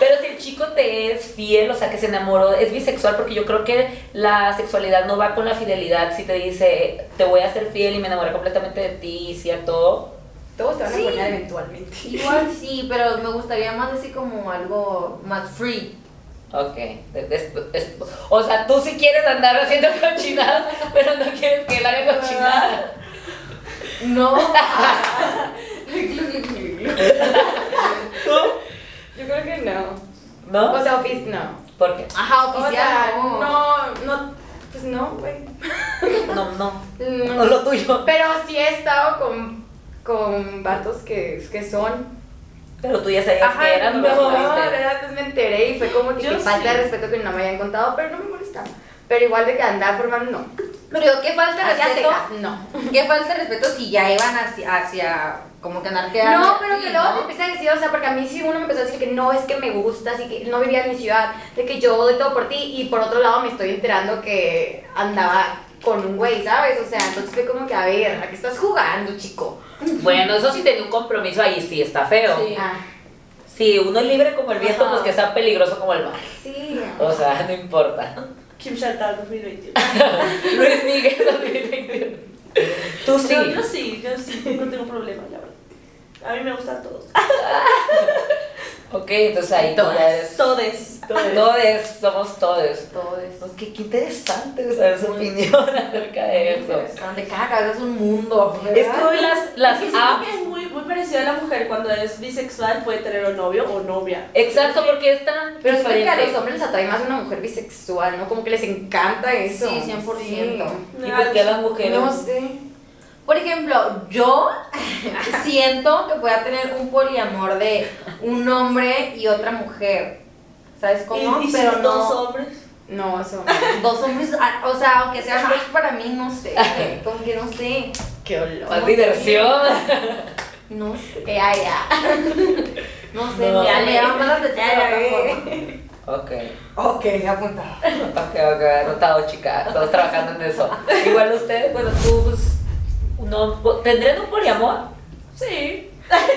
Pero si el chico te es fiel, o sea, que se enamoró, es bisexual, porque yo creo que la sexualidad no va con la fidelidad. Si te dice, te voy a ser fiel y me enamoré completamente de ti, y sí a todo. Todos te van a Sí. poner eventualmente. Igual sí, pero me gustaría más así como algo más free. Ok. de- des- des- o sea, tú sí quieres andar haciendo cochinadas, pero no quieres que él haga cochinadas. No. Yo creo que no. ¿No? O sea, office no. ¿Por qué? Ajá, O oficial. sea, no, no, pues no, güey. No, no. No No. lo tuyo. Pero sí he estado con, con vatos que, que son. Pero tú ya sabías que era, no, no, lo la supiste. verdad, pues me enteré y fue como que, Yo qué sí. falta de respeto que no me hayan contado, pero no me molestaba. Pero igual de que andar formando, no. Pero digo, ¿qué falta de Así a respeto? secas, no. ¿Qué falta de respeto si ya iban hacia, hacia como que andar quedando? No, pero así, que luego te ¿no? empiezan a decir, o sea, porque a mí sí uno me empezó a decir que no, es que me gustas y que no vivía en mi ciudad, de que yo doy todo por ti, y por otro lado me estoy enterando que andaba con un güey, ¿sabes? O sea, entonces fue como que, a ver, ¿a qué estás jugando, chico? Bueno, eso sí tenía un compromiso ahí, sí, está feo. Sí. Ah, Si uno es libre como el viento, Ajá. pues que sea peligroso como el mar. sí. O sea, no importa. Kim Chantal 2021. Luis Miguel 2021. Tú sí. Yo, yo sí, yo sí, no tengo problema, la verdad. A mí me gustan todos. Ok, entonces ahí tú ya eres. Todes. Todes, somos todes. Todo eso. Ok, qué interesante saber su opinión acerca de eso. Donde cada cabeza es un mundo. ¿verdad? Es que hoy las, las Es que siento apps. que es muy, muy parecido a la mujer cuando es bisexual puede tener o novio o novia. Exacto, porque es tan Pero siento que a los diferente. hombres les atrae más una mujer bisexual, ¿no? Como que les encanta eso. Sí, 100%. ¿Y por qué a las mujeres? No sé. Por ejemplo, yo siento que voy a tener un poliamor de un hombre y otra mujer. ¿Sabes cómo? Y, y si pero no. dos hombres. No, eso. Dos hombres, ah, o sea, aunque sean dos para mí, no sé, güey, como que no sé, Qué olor. Más diversión. no sé, Eh, ay, ay. no sé, No. me me llaman más la atención Ya de la otra ve. forma. Ok. Ok, apunta. Ok, ok, anotado, chica. Estamos trabajando en eso. Igual ustedes, bueno, tú, pues. No, ¿Tendrían un poliamor? Sí.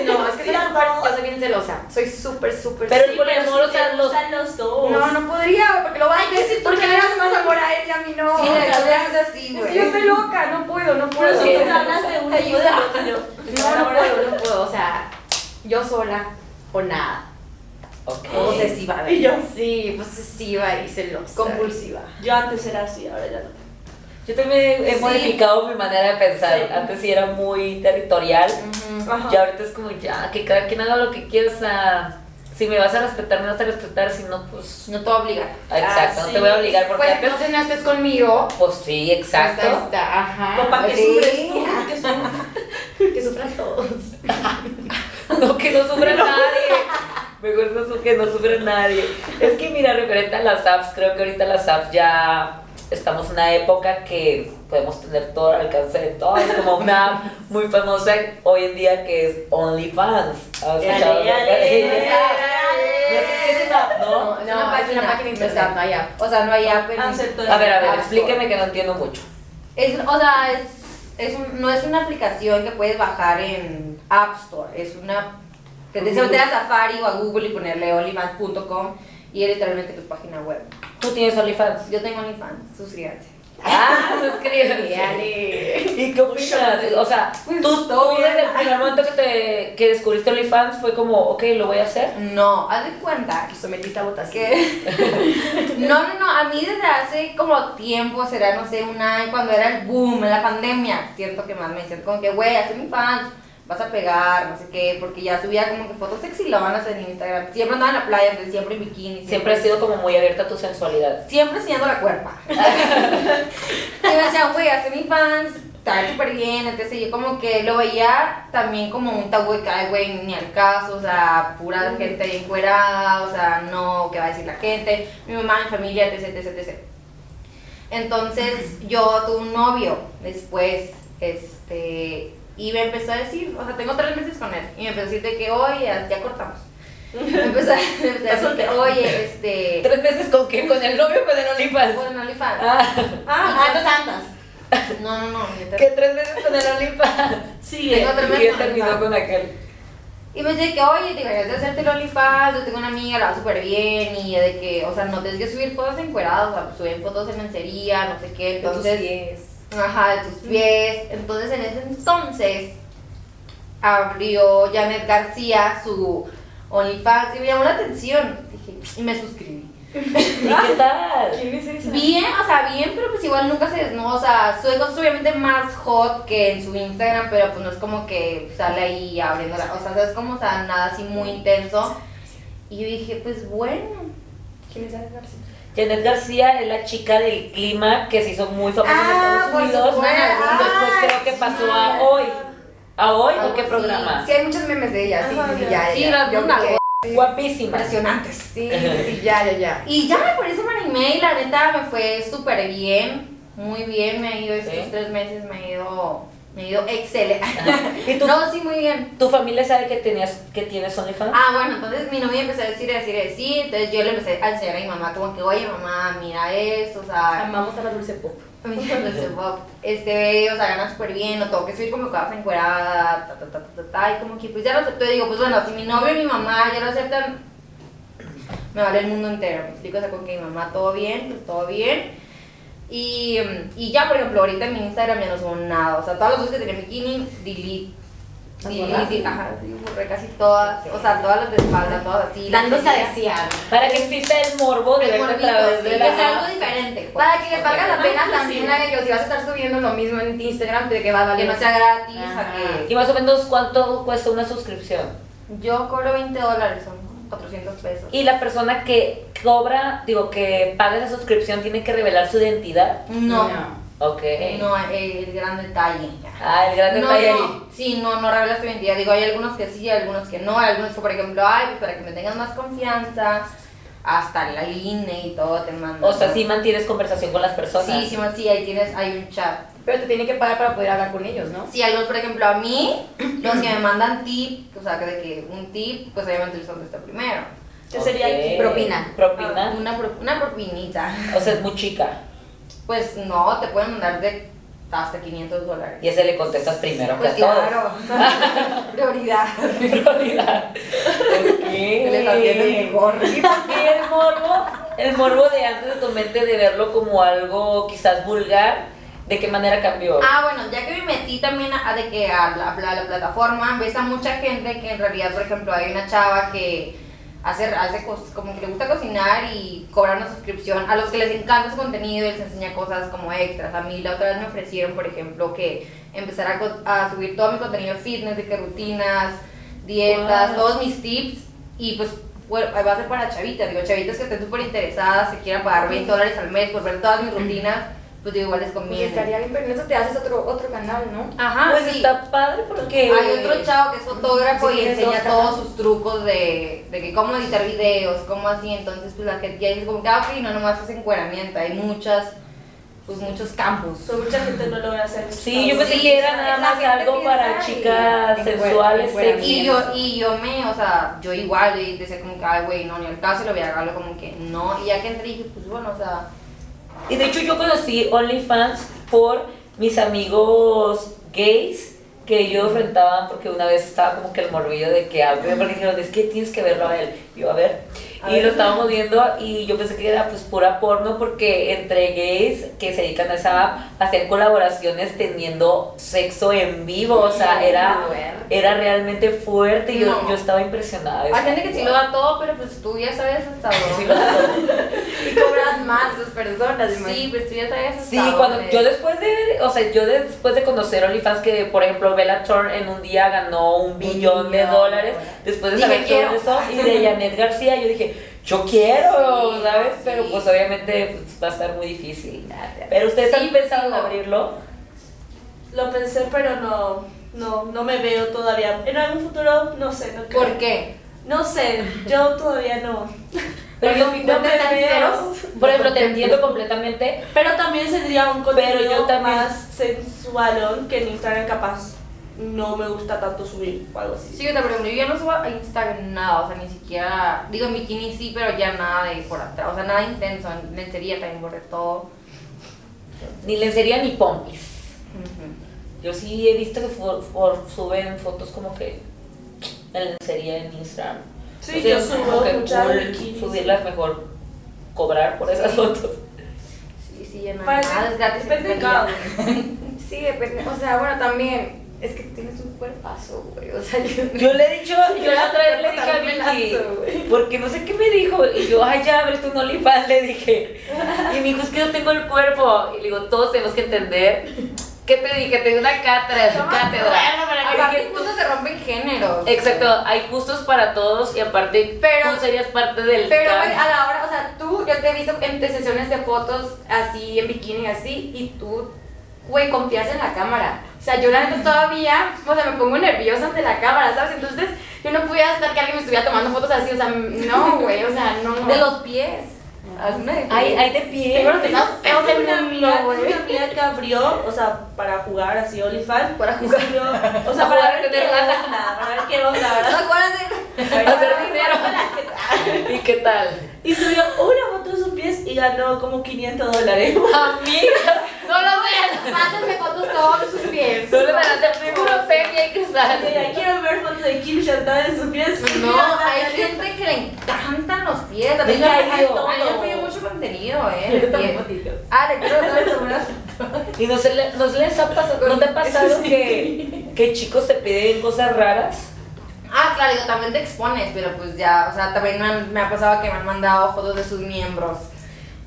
No, es que soy Las súper, dos. yo soy bien celosa. Soy súper, súper Pero el Sí, poliamor, si o sea, te los- gustan los dos. No, no podría, porque lo vas a decir porque le das más amor a él y a mí no. Sí, O la sea, historia es así, es que yo estoy güey. loca, no puedo, no puedo. Pero si tú Ok. me hablas de uno, Ayuda. yo te digo, No, no ahora- puedo, no puedo. O sea, yo sola o nada. Ok. Obsesiva, Y güey. yo. Sí, posesiva y celosa. Compulsiva. Yo antes era así, ahora ya no. Yo también he Sí. modificado mi manera de pensar. Sí. Antes sí era muy territorial. Ujú. Ajá. Y ahorita es como ya, que cada quien haga lo que quiera. O sea, si me vas a respetar, me vas a respetar. Si no, pues. No te obliga. Exacto, no sí. te voy a obligar porque Pues antes. entonces no estés conmigo. Pues sí, Pues ahí exacto. está, ajá. Papá, que sí. sufres tú, que sufres que sufran todos. No, que no sufra nadie. Mejor no su- que no sufra nadie. Es que mira, referente a las apps, creo que ahorita las apps ya estamos en una época que podemos tener todo al alcance de todos. Como una app muy famosa hoy en día que es OnlyFans. ¿Has Yale, escuchado? yale, No sé si es una app, ¿no? No, es una página, Ah, interesante, no hay allá. O sea, no hay app. ni- Acepto A ver, a ver, App Store. explíqueme que no entiendo mucho. Es, o sea, es, es un- no es una aplicación que puedes bajar en App Store. Es una. Te tienes que meter a Safari o a Google y ponerle olivans.com y es literalmente tu página web. ¿Tú tienes OnlyFans? Yo tengo OnlyFans, suscríbanse. Ah, suscríbanse. Dale. ¿Y qué opinas? Pues O sea, tú, tú desde el primer momento que, te, que descubriste OnlyFans fue como, ok, lo voy a hacer. No, haz de cuenta Lo sometiste a votación. que... no, no, no, a mí desde hace como tiempo, será, no sé, un año, cuando era el boom, en la pandemia, siento que más me siento como que, güey, hazte mi fan, vas a pegar, no sé qué, porque ya subía como que fotos sexilonas en Instagram, siempre andaba en la playa, entonces siempre en bikini, Siempre has sido como muy abierta a tu sensualidad. siempre enseñando la cuerpa. y me decían, güey, hace mi fans, está súper bien. Entonces yo como que lo veía también como un tabú de que, ay, güey, ni al caso, o sea, pura gente bien cuerada, o sea, no, ¿qué va a decir la gente? Mi mamá, mi familia, etc, etc, etc. Entonces yo tuve un novio después, este, y me empezó a decir, o sea, tengo tres meses con él, y me empezó a decir de que, oye, ya, ya cortamos. Me empezó a me empezó a decir, de que, oye, este... ¿Tres meses con qué? ¿Con el novio o con el OnlyFans? Bueno, OnlyFans. Ah, Ah, entonces andas. No, no, no. neta. ¿Qué tres meses con el OnlyFans? Sí, Tengo tres Y meses él con el terminó OnlyFans. con aquel. Y me dice que, oye, te deberías de hacerte el OnlyFans, yo tengo una amiga, la va súper bien, y de que, o sea, no tienes que subir fotos encueradas, o sea, pues, suben fotos de lencería, no sé qué, entonces... Ajá, de tus pies. Entonces, en ese entonces, abrió Janet García su OnlyFans, y me llamó la atención, dije, y me suscribí. ¿Y qué tal? ¿Quién es esa? Bien, o sea, bien, pero pues igual nunca se desnuda. O sea, sube cosas obviamente más hot que en su Instagram, pero pues no es como que sale ahí abriendo la. O sea, es como, o sea, nada así muy intenso. Y yo dije, pues bueno. ¿Quién es Ana García? Janet García es la chica del clima que se hizo muy famosa Ah, en por Estados Unidos. supuesto. Después creo que pasó Ah. a hoy. ¿A hoy o algo qué así. programa? Sí, hay muchos memes de ella, sí, Ajá, sí, sí, ya. ya, Sí, ya. las Yo una creo que- Guapísima. Impresionantes. Sí, sí, sí, ya, ya, ya. Y ya me parece Marimé y la neta me fue súper bien. Muy bien, me ha ido estos Sí. tres meses, me ha ido. Me ha ido excelente. ¿Y tú? No, sí, muy bien. ¿Tu familia sabe que, tenías, que tienes OnlyFans? Ah, bueno, entonces mi novia empezó a decir, a decir, a decir, entonces yo le empecé a enseñar a mi mamá como que, oye mamá, mira esto, o sea, Amamos a la dulce pop. me dijeron, este, o sea, gana súper bien, no tengo que subir como cosas encuerada, ta, ta, ta, ta, ta, ta, y como que pues ya lo aceptó, y digo, pues bueno, si mi novio y mi mamá ya lo aceptan, me vale el mundo entero, me explico, o sea, con que mi mamá todo bien, pues todo bien. Y, mm, y ya, por ejemplo, ahorita en mi Instagram ya no subo nada, o sea, todas las cosas que tenía en bikini, delete. Las Delete, borraste. y- ajá, sí, borré casi todas, o sea, todas las de espalda, todas así. Dándose las a sillas. desear. Para que exista el morbo de El verte a morbito, través sí, de que sea algo la... diferente. pues. Para que le valga la pena Ay, también sí. a ellos. Si vas a estar subiendo lo mismo en Instagram, de que va a Que valer. no sea gratis, Ajá. a que... Y más o menos, ¿cuánto cuesta una suscripción? Yo cobro 20 dólares, son 400 pesos. Y la persona que cobra, digo, que paga esa suscripción, tiene que revelar su identidad. No, no, No. Ok. eh, el gran detalle. Ah, el gran No, detalle ahí. no, sí, no, no revelas tu identidad. Digo, hay algunos que sí, hay algunos que no. Hay algunos que, por ejemplo, ay, pues para que me tengas más confianza, hasta la INE y todo te mando. O sea, sí mantienes conversación con las personas. Sí, sí, sí, ahí tienes, hay un chat. Pero te tiene que pagar para poder hablar con ellos, ¿no? Si algo, por ejemplo, a mí, los que me mandan tip, o sea, de que un tip, pues obviamente les contesto primero. ¿Qué sería Ok. aquí? Propina. Propina. Una, pro- Ah, una propinita. O sea, es muy chica. Pues no, te pueden mandar de hasta 500 dólares. Y ese le contestas primero Pues que a todos. claro, prioridad. Prioridad. Ok. Que les atienden mejor. Y porque el morbo, el morbo de antes de tu mente de verlo como algo quizás vulgar, ¿de qué manera cambió? Ah, bueno, ya que me metí también a, a de que a la, a la plataforma, ves a mucha gente que en realidad, por ejemplo, hay una chava que hace, hace cos- como que le gusta cocinar y cobra una suscripción, a los que les encanta su contenido y les enseña cosas como extras. A mí la otra vez me ofrecieron, por ejemplo, que empezara a, co- a subir todo mi contenido fitness, de que rutinas, dietas, Wow. todos mis tips y pues fue- va a ser para chavitas, digo, chavitas que estén súper interesadas, que quieran pagar 20 dólares al mes por ver todas mis rutinas, pues digo, igual les Pues conviene. estaría bien, pero en eso te haces otro, otro canal, ¿no? Ajá, pues sí. está padre porque. Hay otro chavo que es fotógrafo Sí, y tiene enseña dos todos capas. sus trucos de, de que cómo editar videos, cómo así, entonces pues la gente ya dice como que ah, ok, no nomás es encueramiento, hay muchas, pues muchos campos. So, mucha gente no lo ve hacer. Sí, yo me- pensé Sí, que era la nada más gente algo para piensa en- chicas en cuer- sensuales, en cueramiento. sexy. Y yo, y yo me, o sea, yo igual y decía como que, ay, güey, no, ni al caso, lo voy a agarrarlo como que no, y ya que entré dije, pues bueno, o sea, Y de hecho yo conocí OnlyFans por mis amigos gays que ellos rentaban porque una vez estaba como que el morbillo de que a porque dijeron, es que tienes que verlo a él. Y yo, a ver. y lo estábamos viendo y yo pensé que era pues pura porno porque entre gays que se dedican a esa app hacían colaboraciones teniendo sexo en vivo, o sea, era, era realmente fuerte y yo, No. yo estaba impresionada. Hay gente que sí lo da todo, pero pues tú ya sabes hasta dónde. Sí lo da y cobran más sus personas. Sí, Sí, pues tú ya sabes hasta Sí, cuando yo después de, o sea, yo después de conocer OnlyFans que, por ejemplo, Bella Thorne en un día ganó un billón de billón de dólares, dólares. después de Dije, saber todo "Quiero". eso, y de Janet García, yo dije, yo quiero, Sí, ¿sabes? Pero sí. pues obviamente pues, va a estar muy difícil. Pero ustedes Sí, han pensado en digo. abrirlo. Lo pensé, pero no, no, no me veo todavía. En algún futuro, no sé, no creo. ¿Por qué? No sé, yo todavía no. Pero yo- no cuentas me tan veo. ceros. por ejemplo, te entiendo completamente. Pero también sería un contenido Pero yo también- más sensualón que en Instagram capaz no me gusta tanto subir o algo así. Sí, o sea, por ejemplo, yo ya no subo a Instagram nada, o sea, ni siquiera, digo en bikini sí, pero ya nada de por atrás, o sea, nada intenso, en lencería también borré todo. Ni lencería ni pompis. Yo sí he visto que for- for- suben fotos como que la lencería en Instagram. Sí, Entonces, yo es subo como que muchas cool bikinis. Subirlas mejor, cobrar por esas fotos. Sí, sí, ya nada, Parece- nada Ah, es gratis. en depende de cada lencería. Sí, depende. pues, O sea, bueno, también. Es que tienes un cuerpazo, güey. O sea, yo. Yo le he dicho, yo la otra vez le dije a Vicky, Pelazo, güey. porque no sé qué me dijo, y yo, ay, ya, abre tu OnlyFans, le dije. Y me dijo, es que yo tengo el cuerpo. Y le digo, todos tenemos que entender que te dije, te di una cátedra, cátedra. Aparte, incluso se rompen géneros. Exacto, hay gustos para todos y aparte Pero- tú serías parte del Pero güey, cambio. a la hora, o sea, tú, yo te he visto en en sesiones de fotos así, en bikini así, y tú, güey, confías en la cámara. O sea, yo la neta todavía, o sea, me pongo nerviosa ante la cámara, ¿sabes? Entonces, yo no podía estar que alguien me estuviera tomando fotos así, o sea, no, güey, o sea, no. De los pies. Hazme de Ay, pies. ay, de pie. Tengo los pesados feos Tengo del una amiga, mundo, tengo güey. una amiga que abrió, o sea, para jugar así OnlyFans. Para y jugar. subió, o sea, A para jugar a ver qué tener lana. onda, para ver qué onda, ¿No ¿verdad? acuerdas de- hacer dinero. ¿Y qué tal? Y subió una foto de sus pies y ganó como 500 dólares. Amiga, no lo veas. Pásenme fotos todos sus pies. Tú le mandaste puro peña y cristal. Mira, quiero ver fotos de Kim Chantal en sus pies. No, Mira, hay dale. gente que le encantan los pies. Me También cayó. hay todo. Ay, yo pido mucho contenido, eh. de pies. Ah, le quiero dar unas Y no se, le- no se les ha pasado, ¿no te ha pasado que, que chicos te piden cosas raras? Ah, claro, digo, también te expones, pero pues ya, o sea, también me, han- me ha pasado que me han mandado fotos de sus miembros.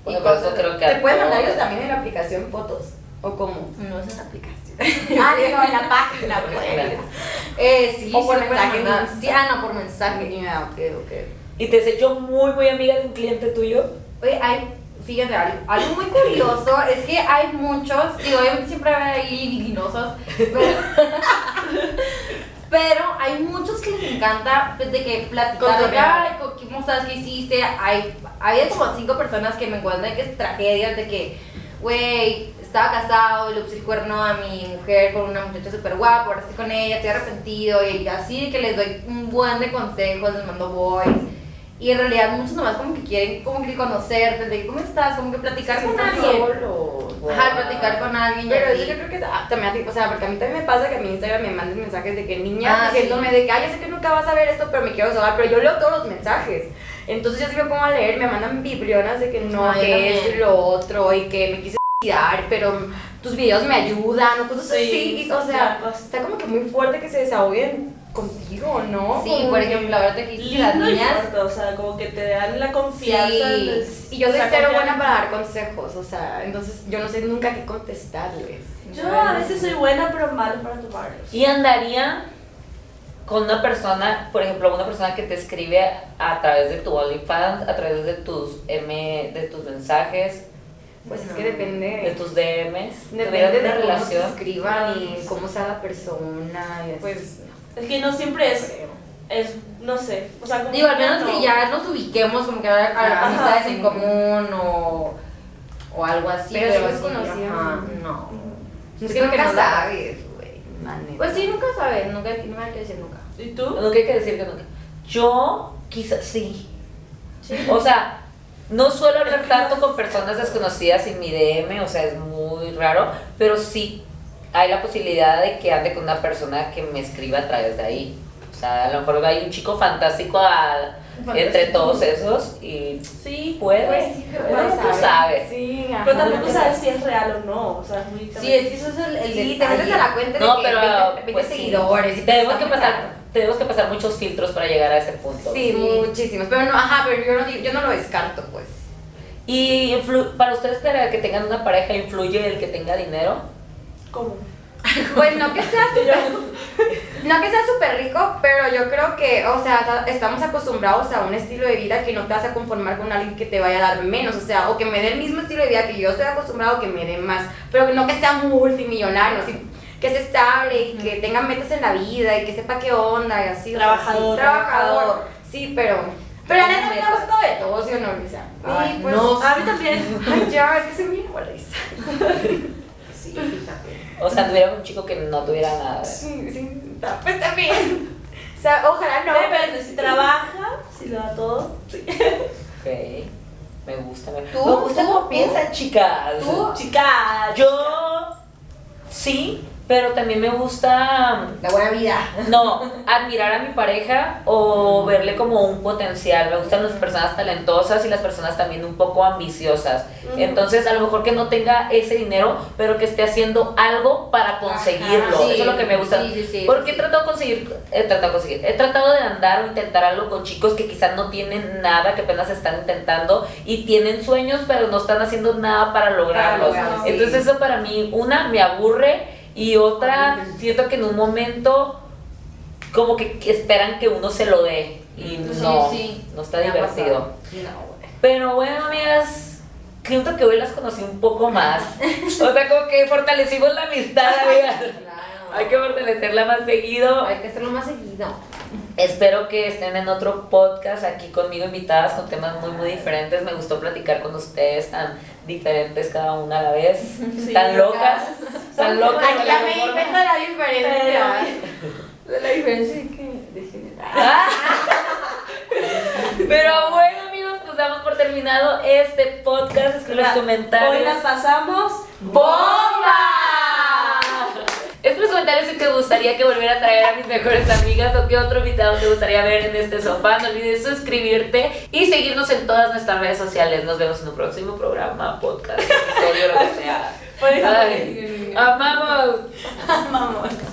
Bueno, pero eso creo que a ¿Te pueden todos. mandar ellos también en la aplicación fotos? ¿O cómo? No es en la aplicación. Ah, no, en la página, Claro. pues. Eh, sí, O sí por me pueden mensaje, mandar. ¿no? Sí, ah, no, por mensaje. Ya, ah, ok, ok. ¿Y te has hecho muy, muy amiga de un cliente tuyo? Oye, hay, fíjate, algo, algo muy curioso es que hay muchos, digo, obviamente siempre hay ahí divinosos, pero, pero hay muchos que les encanta pues, de que platicar, de, Cotorrear. "Ay, co- ¿cómo sabes qué hiciste? Hay, había como cinco personas que me encuentran que es tragedias de que, güey, estaba casado y le puse el cuerno a mi mujer con una muchacha súper guapa, ahora estoy con ella, estoy arrepentido y así, que les doy un buen de consejos, les mando voice. Y en realidad muchos nomás como que quieren como que conocerte, de cómo estás, como que platicar con alguien. Ajá, platicar con alguien. y Pero así. eso yo creo que ah, también a ti, o sea, porque a mí también me pasa que a mi Instagram me mandan mensajes de que Ah, niña diciéndome de que, ay, yo sé que nunca vas a ver esto, pero me quiero salvar, pero yo leo todos los mensajes. Entonces yo sí me pongo a leer, me mandan biblionas de que no, Ah, yo que también. esto y lo otro, y que me quise suicidar, pero tus videos me ayudan, o cosas así. Sí, y, o sea, ya, pues. está como que muy fuerte que se desahoguen contigo, ¿no? Sí, por ejemplo, ahorita que hiciste las Lindo y niñas. fuerte, o sea, como que te dan la confianza. Sí, les- Y yo o soy sea, cero confian- buena para dar consejos, o sea, entonces yo no sé nunca qué contestarles. Yo a veces soy buena, pero malo para tomarlos. ¿Y andaría con una persona, por ejemplo, una persona que te escribe a través de tu OnlyFans, a través de tus M, de tus mensajes, Pues es No. que depende. de tus DMs? Depende ¿Tuvieran de una cómo se relación? escriban y cómo sea la persona. Y Pues, pues, Es que no siempre es, es no sé. O sea, como Digo, al menos no. que ya nos ubiquemos como que a, a Ajá, amistades sí. en común o, o algo así. Pero si no es sí, conocido, ajá, ¿no? no. es Es que que nunca no sabes, güey. Pues sí, nunca sabes, nunca, nunca hay que decir nunca. ¿Y tú? Nunca hay que decir que nunca. Yo quizás sí. O sea, no suelo hablar tanto con personas desconocidas en mi DM, o sea, es muy raro, pero sí hay la posibilidad de que ande con una persona que me escriba a través de ahí. O sea, a lo mejor hay un chico fantástico a- entre todos esos y Sí, puede. Pues sí, pero uno no nunca sabe. sabe. Sí, ajá. pero tampoco sabes si es real o no. O sea, es muy Sí, es que eso es el, el Sí, te detalle. metes a la cuenta de No, que pero 20, 20 pues, sí. seguidores. y Tenemos que está muy pasar, caro. tenemos que pasar muchos filtros para llegar a ese punto. Sí, muchísimos. Pero no, ajá, pero yo no, digo- yo no lo descarto, pues. Y influ- para ustedes para que tengan una pareja influye el que tenga dinero. ¿Cómo? Pues no que sea Yo, No que sea súper rico, pero yo creo que, o sea, ta- estamos acostumbrados a un estilo de vida que no te vas a conformar con alguien que te vaya a dar menos, o sea, o que me dé el mismo estilo de vida que yo estoy acostumbrado, que me dé más, pero que no que sea multimillonario, así, que sea estable y que tenga metas en la vida y que sepa qué onda y así. o sea, Trabajador, sí, trabajador. trabajador. Sí, pero... Pero la neta, a mí me gusta de todo, ¿sí o no, Lisa? Ay, Y, pues, no. pues, a mí también. Ay, ya, es que soy bien igual, Lisa. Sí, fíjate. O sea, tuviera un chico que no tuviera nada. Sí, sí, ta- pues también. O sea, ojalá no. Depende, si trabaja, si lo da todo. Ok. Me gusta. Me... ¿Tú? No, ¿Ustedes ¿Tú? no piensan, chicas? ¿Tú? Chica, Yo sí, pero también me gusta La buena vida. no, admirar a mi pareja o verle como un potencial. Me gustan las personas talentosas y las personas también un poco ambiciosas. Ujú. Entonces, a lo mejor que no tenga ese dinero, pero que esté haciendo algo para conseguirlo. Ajá, sí, Eso es lo que me gusta. sí, sí, sí, Porque he sí. tratado de conseguir, he tratado de conseguir, he tratado de andar o intentar algo con chicos que quizás no tienen nada, que apenas están intentando y tienen sueños, pero no están haciendo nada para lograrlos. lograrlos, sí. Entonces, eso para mí, una, me aburre y otra, Horrible. siento que en un momento como que esperan que uno se lo dé y no, sí. no está Me ha divertido. pasado. No, güey. Pero bueno, amigas, siento que hoy las conocí un poco más. o sea, como que fortalecimos la amistad, amigas. Claro. Hay que fortalecerla más seguido. Hay que hacerlo más seguido. Espero que estén en otro podcast aquí conmigo invitadas con temas muy muy diferentes. Me gustó platicar con ustedes tan diferentes cada una a la vez, Sí, tan locas, tan Son locas. Aquí de ya la me di forma. cuenta de la diferencia. De la diferencia de que de general. Ah. Pero bueno, amigos, pues damos por terminado este podcast. Escriban los Hoy comentarios. las pasamos. ¡Bomba! Es los comentarios si te gustaría que volviera a traer a mis mejores amigas o qué otro invitado te gustaría ver en este sofá. No olvides suscribirte y seguirnos en todas nuestras redes sociales. Nos vemos en un próximo programa, podcast, episodio, lo que sea. Por eso. Ay, amamos. Vamos.